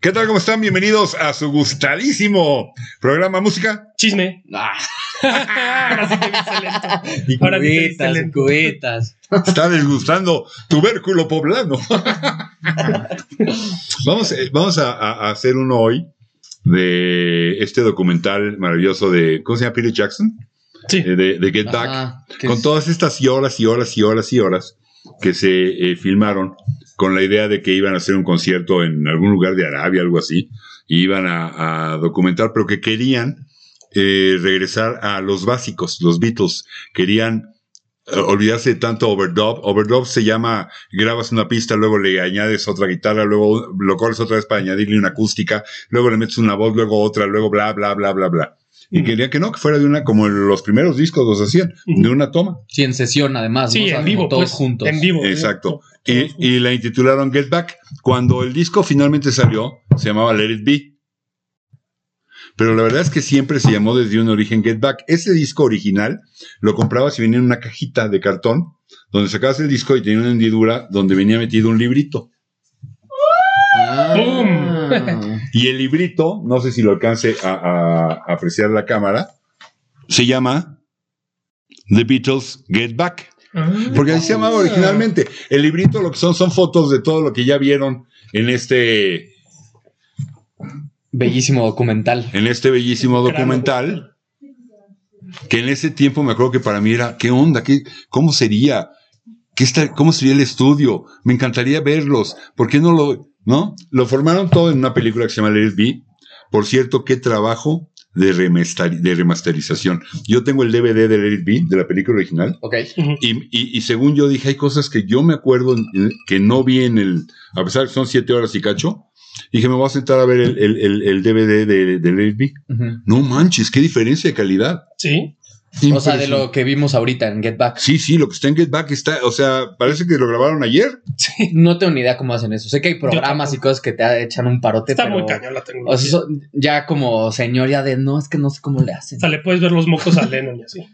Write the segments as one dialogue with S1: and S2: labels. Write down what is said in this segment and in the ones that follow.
S1: ¿Qué tal? ¿Cómo están? Bienvenidos a su gustadísimo programa Música.
S2: Chisme.
S3: Ah,
S2: Ahora sí te vi excelente.
S3: y
S2: Ahora sí te viste
S3: cubetas, y
S2: lento.
S3: cubetas.
S1: Está desgustando tubérculo poblano. vamos eh, vamos a, a- a hacer uno hoy de este documental maravilloso de, ¿cómo se llama? Peter Jackson,
S2: Sí.
S1: Eh, de, de Get Back.
S3: Ajá, que
S1: con
S3: es-
S1: todas estas y horas y horas y horas y horas que se eh, filmaron con la idea de que iban a hacer un concierto en algún lugar de Arabia, algo así, y iban a, a documentar, pero que querían eh, regresar a los básicos, los Beatles, querían eh, olvidarse de tanto overdub. Overdub se llama, grabas una pista, luego le añades otra guitarra, luego lo corres otra vez para añadirle una acústica, luego le metes una voz, luego otra, luego bla, bla, bla, bla, bla. Y
S2: Mm.
S1: querían que no, que fuera de una, como los primeros discos los hacían,
S2: Ujú.
S1: de una toma.
S3: Sí, en sesión además. ¿no?
S2: Sí,
S3: O sea,
S2: en
S3: como
S2: vivo.
S3: Todos
S2: pues,
S3: juntos.
S2: En vivo.
S1: Exacto. Y, y la intitularon Get Back. Cuando el disco finalmente salió, se llamaba Let It Be. Pero la verdad es que siempre se llamó desde un origen Get Back. Ese disco original lo comprabas y venía en una cajita de cartón, donde sacabas el disco y tenía una hendidura donde venía metido un librito.
S3: Ah.
S2: ¡Bum!
S1: Y el librito, no sé si lo alcance a, a- a apreciar la cámara, se llama The Beatles Get Back.
S2: Ah.
S1: Porque así se llamaba originalmente. El librito lo que son son fotos de todo lo que ya vieron en este,
S3: Bellísimo documental.
S1: en este bellísimo documental. Que en ese tiempo me acuerdo que para mí era, ¿qué onda? ¿Qué, ¿Cómo sería? ¿Qué está, ¿Cómo sería el estudio? Me encantaría verlos. ¿Por qué no lo.? ¿No? Lo formaron todo en una película que se llama Let It Be. Por cierto, qué trabajo de, remasteri- de remasterización. Yo tengo el DVD de Let It Be, de la película original.
S3: Ok.
S1: Y, y- y según yo dije, hay cosas que yo me acuerdo en- que no vi en el, a pesar que son siete horas y cacho, dije, me voy a sentar a ver el, el- el- el DVD de, de Let It Be.
S3: Ujú.
S1: No manches, qué diferencia de calidad.
S2: Sí.
S3: O sea, de lo que vimos ahorita en Get Back.
S1: Sí, sí, lo que está en Get Back está, o sea, parece que lo grabaron ayer.
S2: Sí.
S3: No tengo ni idea cómo hacen eso. Sé que hay programas y cosas que te echan un
S1: Este,
S3: parote.
S2: Está
S3: pero-
S2: muy cañón la tecnología.
S3: O sea, eso- ya como señor ya de no, es que no sé cómo le hacen.
S2: Hasta le puedes ver los mocos a Lennon y así.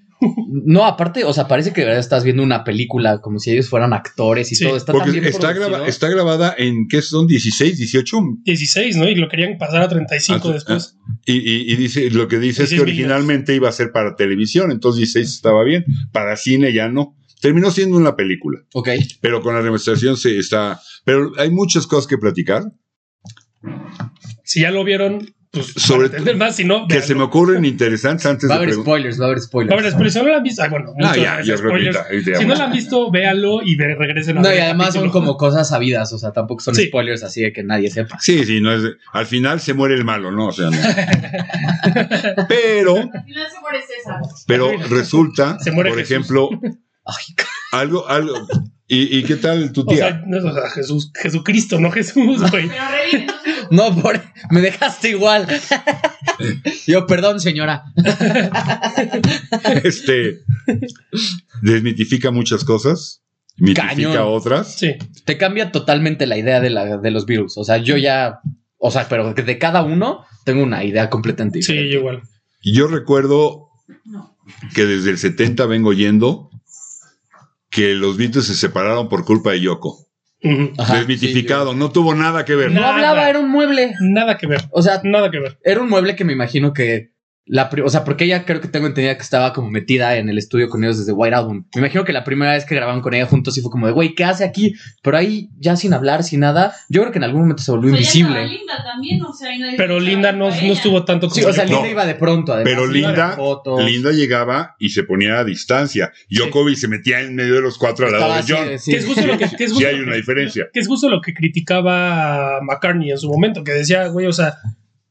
S3: No, aparte, o sea, parece que de verdad estás viendo una película como si ellos fueran actores y
S2: Sí,
S3: todo. Está tan bien
S1: porque está,
S3: producido.
S1: graba- está grabada en, ¿qué son? 16, 18.
S2: 16, ¿no? Y lo querían pasar a 35
S1: Ah,
S2: después.
S1: Y, y- y dice, lo que dice es que
S2: 16 millones.
S1: originalmente iba a ser para televisión, entonces 16 estaba bien, para cine ya no. Terminó siendo una película.
S3: Ok.
S1: pero con la remasterización se está. Pero hay muchas cosas que platicar
S2: Si ya lo vieron, pues.
S1: Sobre
S2: para entender más, si no.
S1: que
S2: véanlo.
S1: se me ocurren interesantes antes
S3: Va a
S1: de
S3: haber
S1: preguntar.
S3: spoilers, va a haber spoilers.
S2: A ver, pero si no lo han visto. Ah, bueno.
S1: No,
S2: muchos
S1: ya, yo creo que
S2: spoilers.
S1: ahorita- ahorita
S2: Si no
S1: vamos.
S2: lo han visto, véalo y ve- regresen a
S3: No,
S2: ver
S3: y
S2: el
S3: además son
S2: capítulo.
S3: como cosas sabidas, o sea, tampoco son
S2: Sí.
S3: spoilers así de que nadie sepa.
S1: Sí, sí, no es. Al final se muere el malo, ¿no? O sea, no. Pero,
S4: Al final se muere César.
S1: pero resulta,
S2: Se muere
S1: por
S2: Jesús.
S1: ejemplo,
S3: Ay,
S1: algo, algo. ¿Y, y qué tal tu
S2: O
S1: tía?
S2: sea, no, o sea, Jesús, Jesucristo, no Jesús, güey.
S4: Pero revive, entonces,
S3: No, por... me dejaste igual. Yo, perdón, señora.
S1: este desmitifica muchas cosas, mitifica
S3: Cañón.
S1: otras.
S2: Sí.
S3: Te cambia totalmente la idea de, la, de los virus. O sea, yo ya. O sea, pero de cada uno tengo una idea completamente
S2: Sí,
S3: diferente.
S2: yo igual.
S1: Y Yo recuerdo que desde el 70 vengo yendo que los Beatles se separaron por culpa de Yoko.
S2: Ujú.
S3: Ajá,
S1: Desmitificado, no tuvo nada que ver.
S3: sí, yo- No
S2: Nada.
S3: hablaba, era un mueble.
S2: Nada que ver,
S3: O sea,
S2: nada que ver.
S3: era un mueble que me imagino que. La pri- o sea, porque ella creo que tengo entendida que estaba como metida en el estudio con ellos desde White Album. Me imagino que la primera vez que grababan con ella juntos sí fue como de, güey, ¿qué hace aquí? Pero ahí ya sin hablar, sin nada, yo creo que en algún momento se volvió
S4: o sea, ya estaba
S3: invisible.
S4: Linda también, o sea, y nadie
S2: Pero
S4: se
S2: Linda no,
S4: acuerda de
S2: no
S4: ella.
S2: estuvo tanto
S3: Sí,
S2: como
S3: o sea,
S2: yo.
S1: No.
S3: Linda iba de pronto, además.
S1: Pero
S3: iba de
S1: Linda-
S3: fotos.
S1: Linda llegaba y se ponía a distancia. Yoko y se metía en medio de los cuatro al lado
S3: Estaba
S1: de
S3: así
S1: John.
S3: de-
S2: Que es justo lo que, que es
S1: Sí
S2: justo
S1: hay
S2: lo
S1: una
S2: que-
S1: diferencia.
S2: que es justo lo que criticaba McCartney en su momento, que decía, güey, o sea,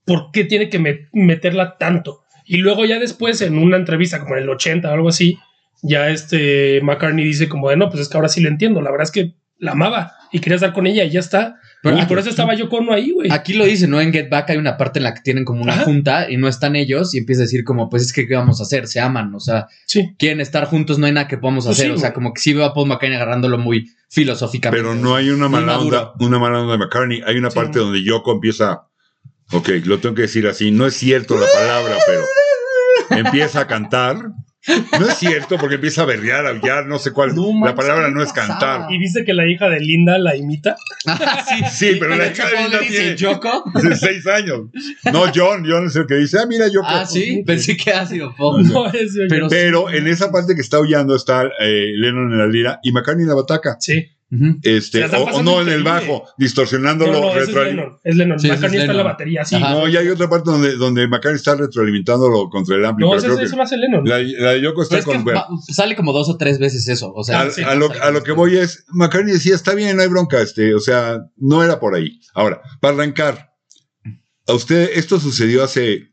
S2: ¿por qué tiene que me- meterla tanto? Y luego ya después, en una entrevista como en el 80 o algo así, ya este McCartney dice como de, no, pues es que ahora sí lo entiendo, la verdad es que la amaba y quería estar con ella y ya está.
S3: Pero
S2: y
S3: aquí-
S2: por eso estaba yo con ahí, güey.
S3: Aquí lo dice, ¿no? En Get Back hay una parte en la que tienen como una
S2: Ajá.
S3: junta y no están ellos y empieza a decir como, pues es que ¿qué vamos a hacer? Se aman, o sea,
S2: Sí,
S3: quieren estar juntos, no hay nada que podamos
S2: Pues
S3: hacer.
S2: sí,
S3: o sea,
S2: güey.
S3: como que sí veo a Paul McCartney agarrándolo muy filosóficamente.
S1: Pero no hay una
S3: Muy
S1: mala
S3: maduro.
S1: onda, una mala onda de McCartney. Hay una
S2: Sí.
S1: parte donde Yoko empieza. Ok, lo tengo que decir así. No es cierto la palabra, pero empieza a cantar No es cierto, porque empieza a berrear, a aullar, no sé cuál.
S3: No,
S1: la
S3: manches,
S1: palabra
S3: ¿qué
S1: no es
S3: pasaba?
S1: cantar.
S2: ¿Y viste que la hija de Linda la imita?
S3: sí,
S1: Sí, pero la hija de Linda tiene-
S3: Choco?
S1: Hace seis años. No, John, John es el que dice, ah, mira, yo.
S3: Ah, sí, pensé que ha sido poco.
S1: No.
S2: No, es
S3: Pero-
S1: Pero en esa parte que está aullando está eh, Lennon en la lira y McCartney en la bataca.
S2: Sí.
S3: Ujú.
S1: Este,
S2: Se la están
S1: o, o
S2: pasando
S1: no en el
S2: increíble.
S1: bajo,
S2: No,
S1: distorsionándolo.
S2: no, ese es
S1: retroalim-
S2: Lennon. Es Lennon.
S3: Sí, ese es
S2: McCartney está en la
S3: Lennon.
S2: batería, sí.
S3: Ajá.
S1: No, y hay otra parte donde, donde McCartney está retroalimentándolo contra el ampli,
S2: No,
S1: pero
S2: ese-
S1: creo
S2: eso
S1: que
S2: lo hace Lennon.
S1: la, la de Yoko está
S3: Pero es
S1: con.
S3: que va- sale como dos o tres veces eso. O sea,
S1: a,
S3: sí,
S1: a lo,
S3: sale
S1: a lo que voy es, McCartney decía, está bien, no hay bronca, este, o sea, no era por ahí. Ahora, para arrancar, a usted, esto sucedió hace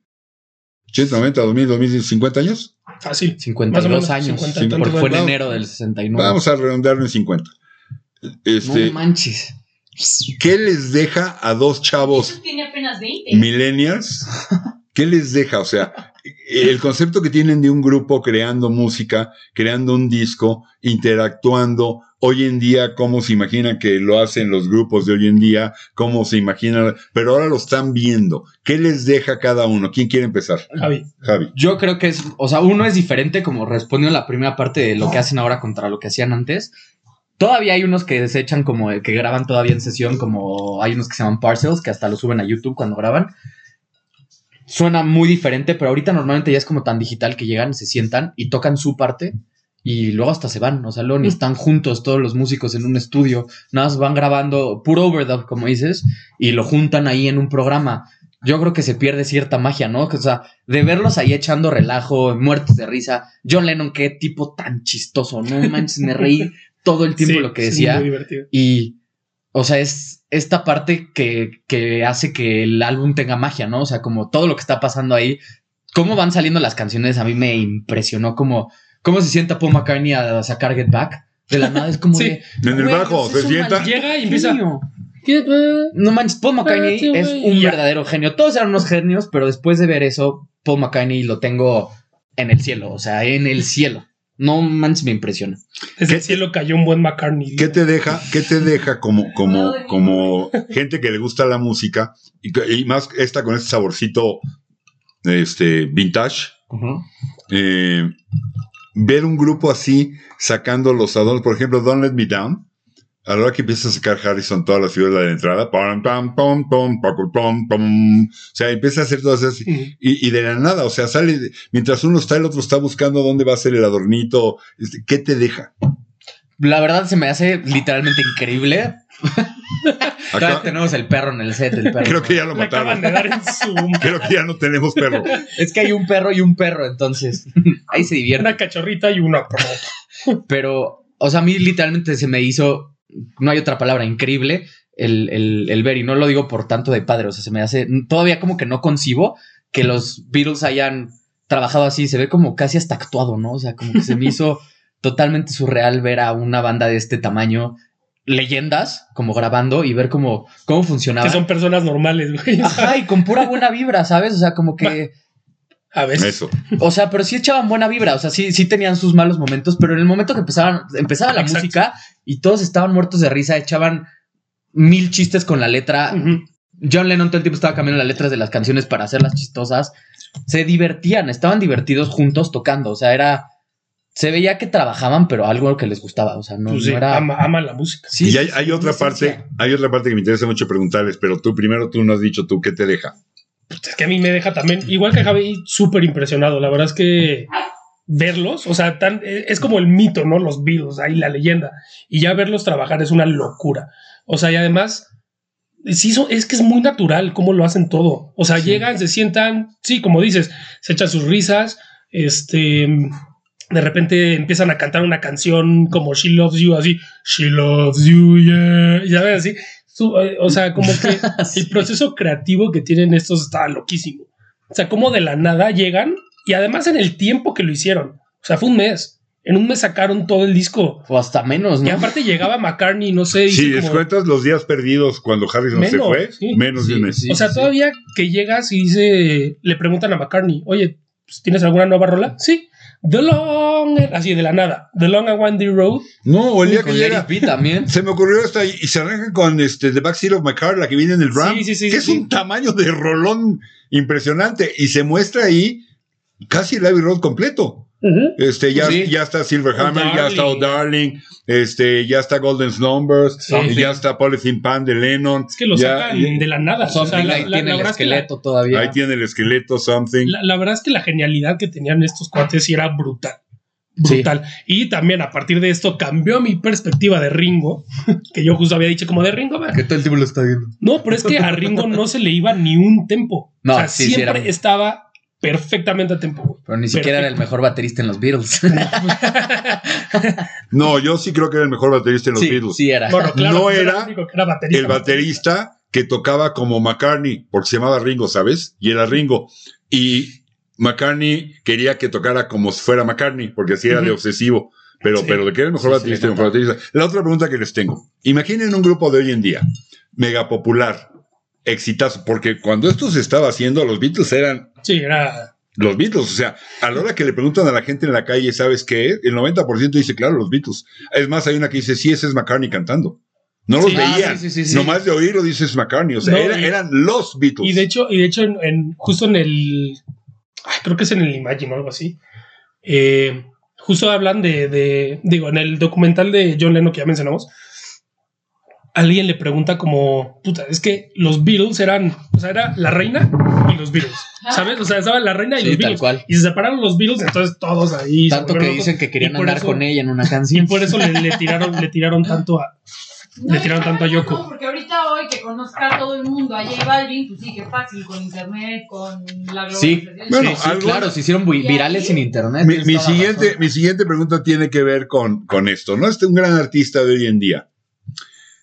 S1: 80, 90, 2000, 2000, 50 años.
S2: Fácil. Más o
S3: 52
S2: menos,
S3: años.
S2: 50
S1: y
S3: porque
S2: tantos
S3: fue en
S1: Vamos.
S3: enero del 69.
S1: Vamos a redondearlo en 50. Este,
S3: No manches.
S1: ¿Qué les deja a dos
S4: Eso
S1: chavos
S4: tiene apenas 20.
S1: millennials? ¿Qué les deja? O sea, el concepto que tienen de un grupo creando música, creando un disco, interactuando. Hoy en día, cómo se imagina que lo hacen los grupos de hoy en día, cómo se imaginan, pero ahora lo están viendo. ¿Qué les deja cada uno? ¿Quién quiere empezar?
S2: Javi.
S1: Javi.
S3: Yo creo que es, o sea, uno es diferente como respondió la primera parte de lo que hacen ahora contra lo que hacían antes. Todavía hay unos que desechan como que graban todavía en sesión, como hay unos que se llaman parcels, que hasta lo suben a YouTube cuando graban. Suena muy diferente, pero ahorita normalmente ya es como tan digital que llegan, se sientan y tocan su parte y luego hasta se van, o sea,
S2: Mm.
S3: luego ni están juntos todos los músicos en un estudio, nada más van grabando puro overdub, como dices, y lo juntan ahí en un programa. Yo creo que se pierde cierta magia, ¿no? O sea, de verlos ahí echando relajo, muertos de risa. John Lennon, qué tipo tan chistoso, no manches, me reí todo el tiempo
S2: Sí,
S3: lo que
S2: sí,
S3: decía.
S2: Muy divertido.
S3: Y, o sea, es esta parte que, que hace que el álbum tenga magia, ¿no? O sea, como todo lo que está pasando ahí, cómo van saliendo las canciones, a mí me impresionó como, cómo se sienta Paul McCartney a sacar Get Back. De la nada es como
S2: Sí.
S3: de...
S1: En el
S3: "Güey,
S1: bajo,
S3: ese
S1: se
S3: pues, es un
S1: sienta.
S3: maldito
S2: Llega y empieza.
S3: genio". No manches, Paul McCartney
S2: Espérate,
S3: es
S2: güey.
S3: un
S2: Ya.
S3: verdadero genio. Todos eran unos genios, pero después de ver eso, Paul McCartney lo tengo en el cielo, o sea, en el cielo. No manches, me impresiona.
S2: Desde
S1: ¿Qué-
S2: el cielo cayó un buen McCartney.
S1: ¿Qué te deja, qué te deja como, como,
S4: Ay.
S1: como gente que le gusta la música y, que- y más esta con este saborcito este, vintage? eh, ver un grupo así sacando los adonos, por ejemplo, Don't Let Me Down. A la hora que empieza a sacar Harrison todas las figuras de la entrada, pam, pam, pam, pam, pacu, pam, pam. o sea, empieza a hacer todas esas
S2: Mm.
S1: y, y de la nada, o sea, sale, de- mientras uno está, el otro está buscando dónde va a ser el adornito, este, ¿qué te deja?
S3: La verdad se me hace literalmente increíble. Todavía
S1: Acá,
S3: tenemos el perro en el set, el perro.
S1: creo que ya lo
S2: Le acaban
S1: mataron.
S2: de dar en su
S1: Creo que ya no tenemos perro.
S3: Es que hay un perro y un perro, entonces ahí se divierte.
S2: una cachorrita y una pro.
S3: Pero, o sea, a mí literalmente se me hizo, no hay otra palabra, increíble el, el, el ver. Y no lo digo por tanto de padre, o sea, se me hace, todavía como que no concibo que los Beatles hayan trabajado así. Se ve como casi hasta actuado, ¿no? O sea, como que se me hizo totalmente surreal ver a una banda de este tamaño, leyendas, como grabando y ver cómo, cómo funcionaba.
S2: Que son personas normales, güey.
S3: Ajá, y con pura buena vibra, ¿sabes? O sea, como que...
S2: A veces.
S1: Eso.
S3: O sea, pero sí echaban buena vibra, o sea, sí, sí tenían sus malos momentos, pero en el momento que empezaban, empezaba la
S2: Exacto.
S3: música y todos estaban muertos de risa, echaban mil chistes con la letra.
S2: Ujú.
S3: John Lennon todo el tiempo estaba cambiando las letras de las canciones para hacerlas chistosas. Se divertían, estaban divertidos juntos tocando, o sea, era... Se veía que trabajaban, pero algo que les gustaba, o sea, no,
S2: Pues sí,
S3: no era...
S2: ama, ama la música.
S3: Sí,
S1: y hay,
S3: sí,
S1: hay
S3: sí,
S1: otra
S3: sí, sí, sí.
S1: parte, hay otra parte que me interesa mucho preguntarles, pero tú primero tú no has dicho tú qué te deja.
S2: Puta, Es que a mí me deja también, igual que a Javi, súper impresionado. La verdad es que verlos, o sea, tan, eh, es como el mito, ¿no? Los Beatles, ahí la leyenda. Y ya verlos trabajar es una locura. O sea, y además, sí, son- es que es muy natural cómo lo hacen todo. O sea,
S3: Sí.
S2: llegan, se sientan, sí, como dices, se echan sus risas, este... De repente empiezan a cantar una canción como She Loves You, así, She Loves You, yeah, ya ves, así. Su- eh, o sea, como que el proceso creativo que tienen estos está loquísimo. O sea, como de la nada llegan y además en el tiempo que lo hicieron. O sea, fue un mes. En un mes sacaron todo el disco.
S3: O hasta menos,
S2: Y
S3: ¿no?
S2: aparte llegaba McCartney, no sé.
S1: Si
S2: dice como-
S1: descuentas los días perdidos cuando Harrison se
S2: Menos,
S1: fue,
S2: sí.
S1: menos de un
S3: Sí,
S1: mes.
S3: sí,
S2: o sea,
S3: sí, sí.
S2: todavía que llegas y dice, le preguntan a McCartney, oye, pues, ¿tienes alguna nueva rola? Sí. The Long, and-" así de la nada. The Long and Windy Road.
S1: No, o el día
S3: Con
S1: que
S3: Let
S1: llega,
S3: It Be también.
S1: Se me ocurrió esta y y se arrancan con este The Backseat of My Car, la que viene en el
S2: Sí,
S1: RAM,
S2: sí, sí,
S1: que
S2: sí,
S1: es
S2: sí.
S1: un tamaño de rolón impresionante y se muestra ahí casi el Abbey Road completo.
S2: Ujú.
S1: Este, ya,
S3: Sí.
S1: ya está Silverhammer, ya está
S2: Darling.
S1: Oh Darling, este, ya está Golden's Numbers,
S2: Sí.
S1: ya está Polythene Pan de Lennon.
S2: Es que lo
S1: ya-
S2: sacan de la nada. O sea,
S3: Something
S2: la,
S3: ahí
S2: la-
S3: tiene
S2: la
S3: el
S2: verdad es que la-
S3: esqueleto todavía.
S1: Ahí tiene el esqueleto, something.
S2: la- la verdad es que la genialidad que tenían estos cuates sí era brutal.
S3: Sí.
S2: Brutal. Y también a partir de esto cambió mi perspectiva de Ringo, que yo justo había dicho como de Ringo, va,
S3: Que todo el tiempo lo está viendo.
S2: No, pero es que a Ringo no se le iba ni un tempo.
S3: No,
S2: o sea,
S3: sí, sí
S2: siempre
S3: era-
S2: estaba perfectamente a tiempo. güey.
S3: Pero ni siquiera era el mejor baterista en los Beatles.
S1: No, yo sí creo que era el mejor baterista en los
S3: sí,
S1: Beatles.
S3: sí era.
S2: Bueno, claro,
S1: No
S2: pues
S1: era
S2: el único que era baterista.
S1: El baterista que tocaba como McCartney, porque se llamaba Ringo, ¿sabes? Y era Ringo. Y McCartney quería que tocara como si fuera McCartney, porque así era de
S2: Ujú.
S1: obsesivo. Pero,
S2: Sí.
S1: pero de que era el mejor
S3: Sí,
S1: baterista,
S3: se le
S1: el mejor baterista. La otra pregunta que les tengo. Imaginen un grupo de hoy en día, mega popular, exitazo, porque cuando esto se estaba haciendo, los Beatles eran
S2: Sí, era.
S1: los Beatles. O sea, a la hora que le preguntan a la gente en la calle, ¿sabes qué? es? El 90% dice, claro, los Beatles. Es más, hay una que dice, sí, ese es McCartney cantando. No los
S2: Sí.
S3: Ah,
S1: veían.
S3: sí, sí, sí, sí.
S1: Nomás de oírlo dices McCartney. O sea,
S2: No,
S1: era-
S2: y-
S1: eran los Beatles.
S2: Y de hecho, y de hecho en, en- justo en el. ay, creo que es en el Imagine o algo así. eh, justo hablan de, de- Digo, en el documental de John Lennon que ya mencionamos. Alguien le pregunta como, puta, es que los Beatles eran, o sea, era la reina y los Beatles, ¿sabes? O sea, estaba la reina y
S3: Sí,
S2: los
S3: tal
S2: Beatles.
S3: cual.
S2: Y se separaron los Beatles, entonces todos ahí. se
S3: Tanto que
S2: volvieron locos.
S3: dicen que querían
S2: por
S3: andar
S2: eso-
S3: con ella en una
S2: Y
S3: canción.
S2: por eso le, le tiraron, le tiraron tanto a. Le tiraron tanto a Yoko.
S4: No, porque ahorita hoy que conozca a todo el mundo a J Balvin, pues sí, qué fácil, con internet, con la
S3: Sí.
S4: globalización.
S1: Bueno,
S3: sí, sí,
S1: algo-
S3: claro, se hicieron vi-
S4: Y
S3: virales
S4: ahí-
S3: sin internet.
S1: mi,
S3: tienes
S1: mi
S3: toda la
S1: siguiente,
S3: razón.
S1: mi siguiente pregunta tiene que ver con, con esto. ¿No este un gran artista de hoy en día?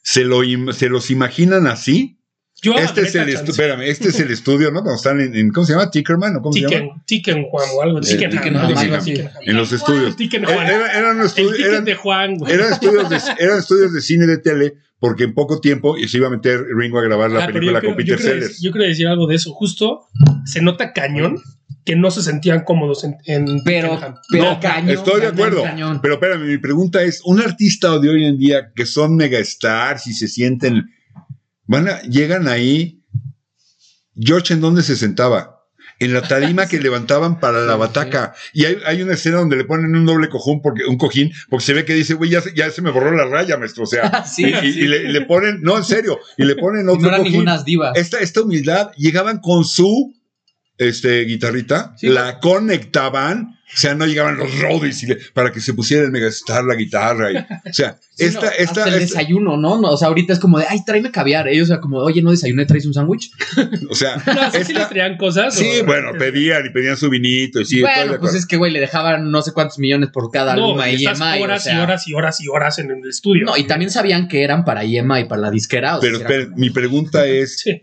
S1: ¿Se, lo im- se los imaginan así?
S2: Yo a
S1: Este es,
S2: Greta
S1: el estu-
S2: Chance.
S1: espérame, este es el estudio, ¿no? Cuando están en, en- ¿cómo se llama? Tickerman, ¿o cómo se llama?
S2: Tiken, Tiken Juan o algo.
S1: El
S2: Tiken
S1: Tiken
S2: Juan,
S1: Juan,
S2: algo
S1: sí.
S2: así.
S1: En los estudios.
S2: Tiken
S1: Era-
S2: Juan.
S1: era- eran los
S2: El
S1: estudios-
S2: Tiken
S1: eran-
S2: de Juan, güey.
S1: eran estudios de, eran estudios de cine de tele porque en poco tiempo y se iba a meter Ringo a grabar la
S2: Ah, pero
S1: película
S2: yo,
S1: con
S2: creo, yo,
S1: Peter
S2: creo,
S1: Sellers.
S2: decir- yo creo decir algo de eso. Justo se nota cañón que no se sentían cómodos en. en
S3: Pero,
S2: Twickenham.
S3: pero
S1: No,
S3: cañón,
S1: Estoy de
S3: cañón,
S1: acuerdo.
S3: cañón.
S1: Pero espérame, mi pregunta es: un artista de hoy en día que son megastars y se sienten. Van a, llegan ahí. George, ¿en dónde se sentaba? En la tarima que levantaban para la
S3: Sí,
S1: bataca. Y hay, hay una escena donde le ponen un doble cojón porque, un cojín, porque se ve que dice, güey, ya, se- ya se me borró la raya, maestro. O sea,
S3: Ah, Sí,
S1: y, y-
S3: sí.
S1: y le, le ponen, no, en serio, y le ponen
S3: Y
S1: otro
S3: no eran
S1: cojín.
S3: ninguna diva.
S1: Esta, esta humildad, llegaban con su este, guitarrita,
S3: Sí.
S1: la conectaban, o sea, no llegaban los roadies y le- para que se pusiera el megastar la guitarra. y- o sea,
S3: Sí,
S1: esta,
S3: no,
S1: esta,
S3: hasta el
S1: esta-
S3: desayuno, ¿no? ¿no? O sea, ahorita es como de, ay, tráeme caviar. Ellos eran como, oye, no desayuné, traes un sándwich.
S1: o sea,
S2: No, sí, sí
S1: esta-
S2: les traían cosas.
S1: sí,
S2: o-
S1: bueno, pedían y pedían su vinito y sí, estoy de
S3: bueno, pues
S1: acuerdo.
S3: es que, güey, le dejaban no sé cuántos millones por cada
S2: No,
S3: alma y
S2: estás
S3: EMI. o
S2: horas y
S3: sea.
S2: horas y horas y horas en el estudio.
S3: No, y también sabían que eran para EMI y para la disquera. o sea,
S1: Pero
S3: era
S1: esperen,
S3: como-
S1: mi pregunta es,
S2: Sí.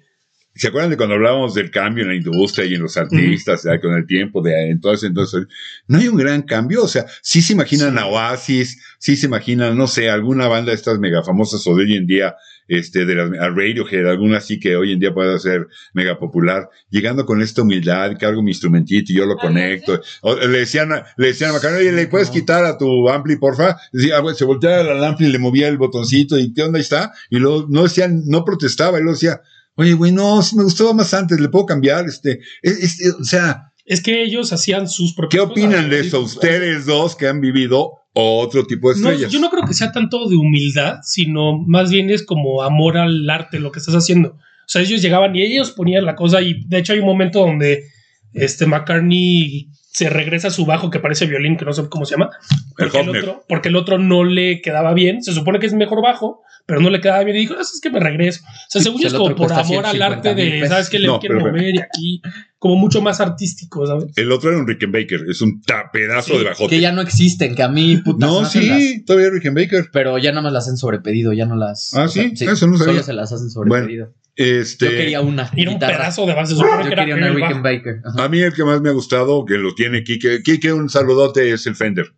S1: ¿se acuerdan de cuando hablábamos del cambio en la industria y en los artistas, o sea, con el tiempo de entonces, entonces, no hay un gran cambio? O sea, sí se imaginan a Oasis, sí se imaginan, no sé, alguna banda de estas mega famosas o de hoy en día, este, de las, a Radiohead, alguna así que hoy en día pueda ser mega popular, llegando con esta humildad, cargo mi instrumentito y yo lo
S4: Ah,
S1: conecto. O le decían, a- le decían a Macarena, oye, ¿le
S3: No.
S1: puedes quitar a tu ampli, porfa? Decía, ah, bueno, se volteaba al ampli, le movía el botoncito y ¿qué onda Ahí está? Y luego no decían, no protestaba, y luego decía, oye, güey, no, sí me gustaba más antes, le puedo cambiar, este, es- es- o sea,
S2: Es que ellos hacían sus
S1: ¿qué
S2: propias
S1: opinan
S2: cosas.
S1: de eso ustedes dos que han vivido otro tipo de
S2: pues, No, pues,
S1: estrellas?
S2: yo no creo que sea tanto de humildad, sino más bien es como amor al arte, lo que estás haciendo. O sea, ellos llegaban y ellos ponían la cosa y de hecho hay un momento donde este McCartney se regresa a su bajo que parece violín, que no sé cómo se llama,
S1: El
S2: porque el,
S1: Hofner.
S2: otro, porque el otro no le quedaba bien, se supone que es mejor bajo, pero no le quedaba bien y dijo, "Ah, es que me regreso. O sea,
S3: Sí,
S2: según
S3: pues
S2: yo es
S3: el
S2: como
S3: otro
S2: por
S3: cuesta
S2: amor al
S3: 150
S2: arte de,
S3: mil
S2: ¿sabes qué? Le
S1: No,
S2: quiero
S1: pero-
S2: mover y aquí, como mucho más artístico, ¿sabes?
S1: El otro era un Rickenbacker, es un ta- pedazo
S2: Sí,
S1: de bajote.
S3: Que ya no existen, que a mí, puta.
S1: no,
S3: se me hacen las-
S1: sí, todavía Rickenbacker.
S3: pero ya nada más las hacen sobre pedido, ya no las.
S1: Ah,
S3: o sea,
S1: sí, eso no sabía.
S3: Solo se las hacen sobre
S1: Bueno,
S3: pedido.
S1: Este,
S3: Yo quería una.
S2: Era un
S3: guitarra.
S2: pedazo de base, se
S3: Yo
S2: supone que era
S3: quería una
S2: el bajo.
S3: Rickenbacker. Ajá.
S1: A mí el que más me ha gustado, que lo tiene Kike, Kike, un saludote, es el Fender.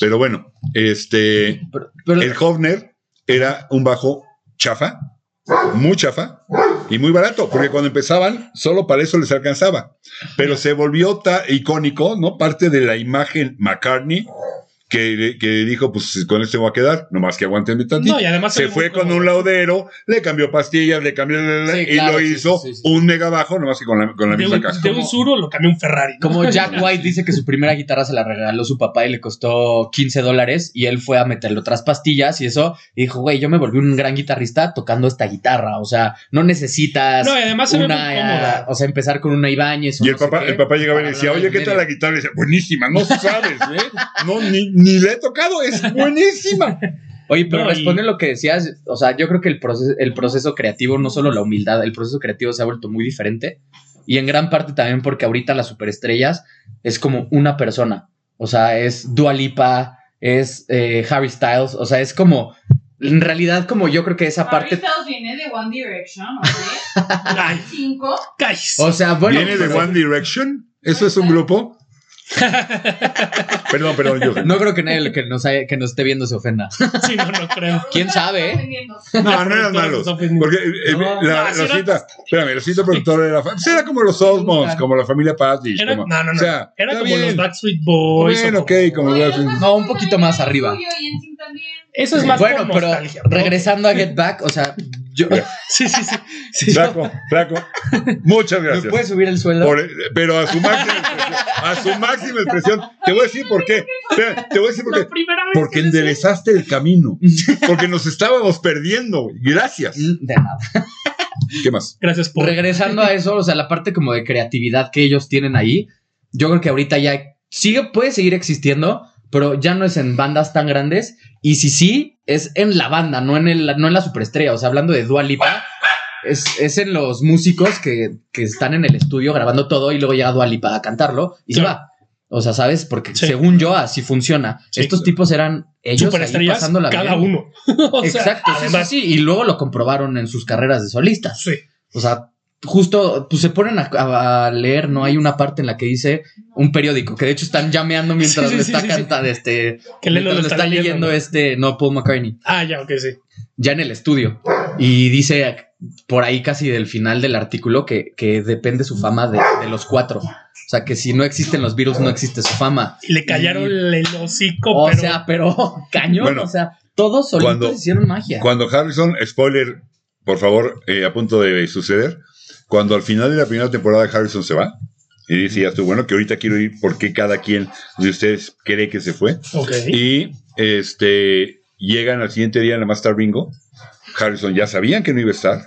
S1: Pero bueno, este,
S3: Pero, pero-
S1: el Hofner era un bajo chafa, muy chafa y muy barato, porque cuando empezaban, solo para eso les alcanzaba. Pero se volvió ta- icónico, ¿no? Parte de la imagen McCartney que, que dijo, pues con esto me voy a quedar, nomás que aguantenme tantito.
S2: No, y además
S1: se
S2: es
S1: fue
S2: muy
S1: con
S2: cómodo.
S1: un laudero, le cambió pastillas, le cambió la, la, la,
S3: Sí,
S1: y
S3: claro,
S1: lo
S3: sí,
S1: hizo
S3: sí, sí, sí.
S1: un mega bajo, nomás que con la, con la
S2: de
S1: misma
S2: un,
S1: caja.
S2: de un suro lo cambió un Ferrari. ¿no?
S3: Como Jack White dice que su primera guitarra se la regaló su papá y le costó 15 dólares y él fue a meterle otras pastillas y eso. Y dijo, güey, yo me volví un gran guitarrista tocando esta guitarra. O sea, no necesitas
S2: No, y además se ve muy
S3: una...
S2: cómoda.
S3: O sea, empezar con una Ibáñez. o
S1: Y el
S3: no sé
S1: papá,
S3: qué,
S1: el papá llegaba y le
S3: para
S1: decía,
S3: hablar
S1: oye,
S3: del
S1: ¿qué tal la
S3: medio".
S1: guitarra? Y dice, buenísima, no sabes, ¿eh? No, ni, ni la he tocado, es buenísima.
S3: Oye, pero
S2: No, y-
S3: responde lo que decías. O sea, yo creo que el proceso, el proceso creativo, no solo la humildad, el proceso creativo se ha vuelto muy diferente. Y en gran parte también porque ahorita las superestrellas es como una persona. O sea, es Dualipa, es eh, Harry Styles. O sea, es como. En realidad, como yo creo que esa
S4: Harry
S3: parte.
S4: Styles viene de One Direction, ¿ok?
S2: Ay,
S4: Cinco.
S2: guys.
S3: O sea, bueno.
S1: ¿Viene de
S3: pero-
S1: One Direction? ¿Eso es un grupo? perdón, perdón, yo.
S3: No creo que nadie lo que nos, haya- que nos esté viendo se ofenda.
S2: Sí, no, no creo.
S3: ¿Quién sabe, eh?
S1: No, no eran malos. Porque eh,
S3: No.
S1: la,
S2: No, sí
S1: la
S2: era-
S1: cita, espérame, la cita productora era, fa- sí, era como los Osmonds, como la familia Patti.
S2: Era, no, no, no.
S1: o sea,
S2: era
S1: está
S2: como
S1: bien.
S2: los Backstreet Boys.
S1: Bueno,
S2: o
S1: ok, como-
S3: No, un poquito más arriba.
S4: Y Ensign también.
S2: Eso es más
S3: bueno,
S2: por
S3: pero
S2: nostalgia, ¿no?
S3: regresando a Get Back, o sea, yo.
S2: Sí, sí, sí. sí.
S1: Flaco, flaco. Muchas
S3: ¿Me
S1: gracias.
S3: puedes subir el sueldo?
S1: Por- eh, pero a su máxima expresión, a su máxima expresión, te voy a decir por qué. Espera, Te voy a decir por
S2: La
S1: qué.
S2: primera vez
S1: Porque
S2: que les-
S1: enderezaste el camino. Porque nos estábamos perdiendo. güey. Gracias.
S3: Mm, De nada.
S1: ¿Qué más?
S2: Gracias por.
S3: regresando a eso, o sea, la parte como de creatividad que ellos tienen ahí, yo creo que ahorita ya sigue, puede seguir existiendo, pero ya no es en bandas tan grandes. Y si sí, es en la banda, no en, el, no en la superestrella. O sea, hablando de Dua Lipa, es, es en los músicos que, que están en el estudio grabando todo y luego llega Dua Lipa a cantarlo y se
S2: Sí.
S3: va. O sea, ¿sabes? Porque
S2: Sí.
S3: según yo, así funciona.
S2: Sí.
S3: Estos tipos eran ellos ahí
S2: superestrellas
S3: pasándola
S2: cada
S3: bien.
S2: uno. O sea,
S3: Exacto, sí, sí,
S2: además,
S3: sí, Y luego lo comprobaron en sus carreras de solistas.
S2: sí.
S3: O sea, justo pues, se ponen a, a leer, ¿no? Hay una parte en la que dice un periódico, que de hecho están llameando mientras
S2: Sí, sí,
S3: lo
S2: sí,
S3: está
S2: sí, sí.
S3: cantando, este,
S2: Que Lelo
S3: mientras
S2: lo
S3: lo está leyendo
S2: ¿no?
S3: este, no, Paul McCartney,
S2: Ah, ya, ok, sí.
S3: ya en el estudio. Y dice por ahí casi del final del artículo que, que depende su fama de, de los cuatro. O sea, que si no existen los virus, no existe su fama.
S2: Y le callaron el hocico,
S3: O
S2: Oh, pero.
S3: sea, pero cañón,
S1: Bueno,
S3: o sea, todos solitos
S1: cuando-
S3: hicieron magia.
S1: Cuando Harrison, spoiler, por favor, eh, a punto de suceder, cuando al final de la primera temporada Harrison se va y dice, ya estuvo bueno, que ahorita quiero ir porque cada quien de ustedes cree que se fue.
S2: ok.
S1: Y este llegan al siguiente día, nada más está Ringo. Harrison ya sabían que no iba a estar.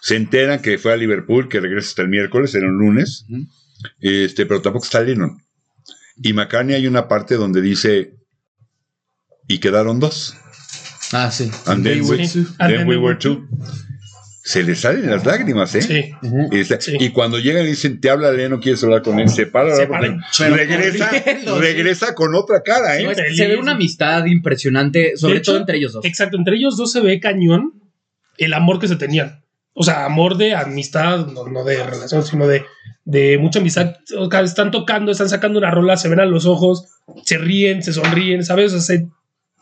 S1: Se enteran que fue a Liverpool, que regresa hasta el miércoles, era un lunes.
S3: Ujú.
S1: Este, pero tampoco está Lennon. Y McCartney hay una parte donde dice y quedaron dos.
S3: Ah, sí.
S1: And then
S3: They were
S1: we-
S3: two.
S2: And
S1: Then
S2: then
S1: we
S2: we
S1: were
S2: were
S1: two. Se les salen las lágrimas, ¿eh?
S2: Sí.
S3: Ujú.
S1: Y, dice-
S2: Sí.
S1: y cuando llegan y dicen, te habla Lennon, quieres hablar con él, se para, a
S2: Se
S1: hablar con
S2: para
S1: él.
S3: Pero
S1: regresa,
S3: corriendo, sí.
S1: regresa con otra cara, ¿eh?
S3: No, es que
S2: feliz.
S3: se ve una amistad impresionante, sobre
S2: De hecho,
S3: todo entre ellos dos.
S2: Exacto, entre ellos dos se ve cañón el amor que se tenían. O sea, amor de amistad, no, no de relación, sino de, de mucha amistad. O sea, están tocando, están sacando una rola, se ven a los ojos, se ríen, se sonríen, ¿sabes? O sea, se,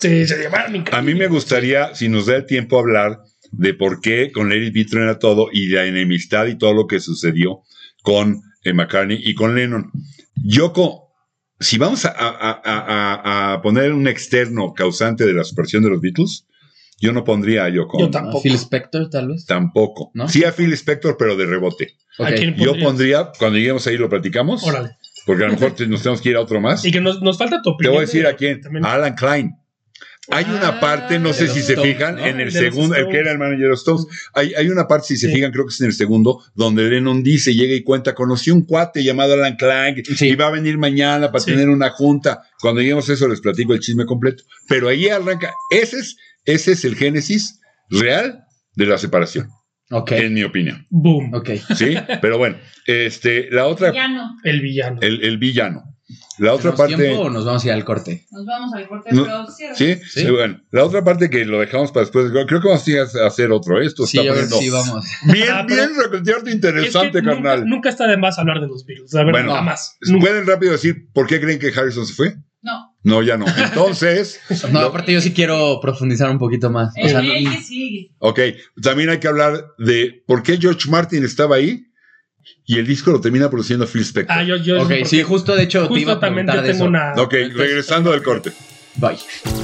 S2: se, se llevaron increíble.
S1: A mí me gustaría, si nos da el tiempo, hablar de por qué con Lady Beatron era todo y la enemistad y todo lo que sucedió con eh, McCartney y con Lennon. Yo, co- si vamos a, a- a- a- a poner un externo causante de la supresión de los Beatles, yo no pondría a Yoko.
S2: Yo
S1: Ono.
S2: tampoco.
S3: Ah, Phil Spector, tal vez.
S1: Tampoco.
S3: ¿No?
S1: Sí a Phil Spector, pero de rebote.
S3: Ok.
S2: ¿A quién
S1: Yo
S2: pondrías?
S1: pondría, cuando lleguemos ahí lo platicamos,
S2: Órale.
S1: porque a lo mejor te- nos tenemos que ir a otro más.
S2: Y que nos, nos falta
S1: Te
S2: tu opinión.
S1: voy a decir Ah.
S2: de-
S1: a quién.
S2: también.
S1: A Alan Klein. Hay
S3: Ah,
S1: una parte, no
S3: de
S1: sé
S3: los
S1: si se
S3: Stones,
S1: fijan,
S3: ¿no?
S1: en el
S2: De los
S1: segundo, el que era el manager de los Stones, hay, hay una parte, si se
S2: Sí.
S1: fijan, creo que es en el segundo, donde Lennon dice, llega y cuenta, conocí un cuate llamado Alan Klein
S3: Sí.
S1: y va a venir mañana para
S2: Sí.
S1: tener una junta. Cuando lleguemos a eso les platico el chisme completo. Pero ahí arranca, ese es, ese es el génesis real de la separación,
S3: Ok.
S1: en mi opinión.
S2: Boom.
S3: Ok.
S1: ¿Sí? Pero bueno, este, la otra,
S4: Ya no.
S2: El villano.
S1: el, el villano. La otra
S3: ¿Tenemos
S1: parte...
S3: tiempo o nos vamos a ir al corte?
S4: Nos vamos al corte,
S1: No.
S4: pero cierra.
S1: ¿Sí?
S3: Sí.
S1: Eh, Bueno, la otra parte que lo dejamos para después, creo que vamos a ir a hacer otro. ¿eh? Esto
S3: Sí,
S1: está
S3: yo creo que
S1: poniendo
S3: sí, vamos.
S1: bien,
S2: Ah, pero-
S1: bien recortearte
S2: Es que
S1: interesante,
S2: nunca-
S1: carnal.
S2: Nunca, está de más hablar de los virus, la verdad,
S1: Bueno.
S2: jamás. Nunca.
S1: ¿Pueden rápido decir por qué creen que Harrison se fue?
S4: No.
S1: No, ya no. Entonces,
S3: No, aparte yo sí quiero profundizar un poquito más. O
S4: El
S3: sea,
S2: Eh,
S4: rey
S3: no-
S4: que sigue.
S1: ok, también hay que hablar de por qué George Martin estaba ahí y el disco lo termina produciendo Phil Spector.
S2: Ah, yo, yo.
S3: ok,
S2: porque
S3: sí, justo de hecho te iba a
S2: Justamente
S3: preguntar de
S2: tengo
S3: eso.
S2: una.
S1: ok, regresando del corte.
S3: Bye.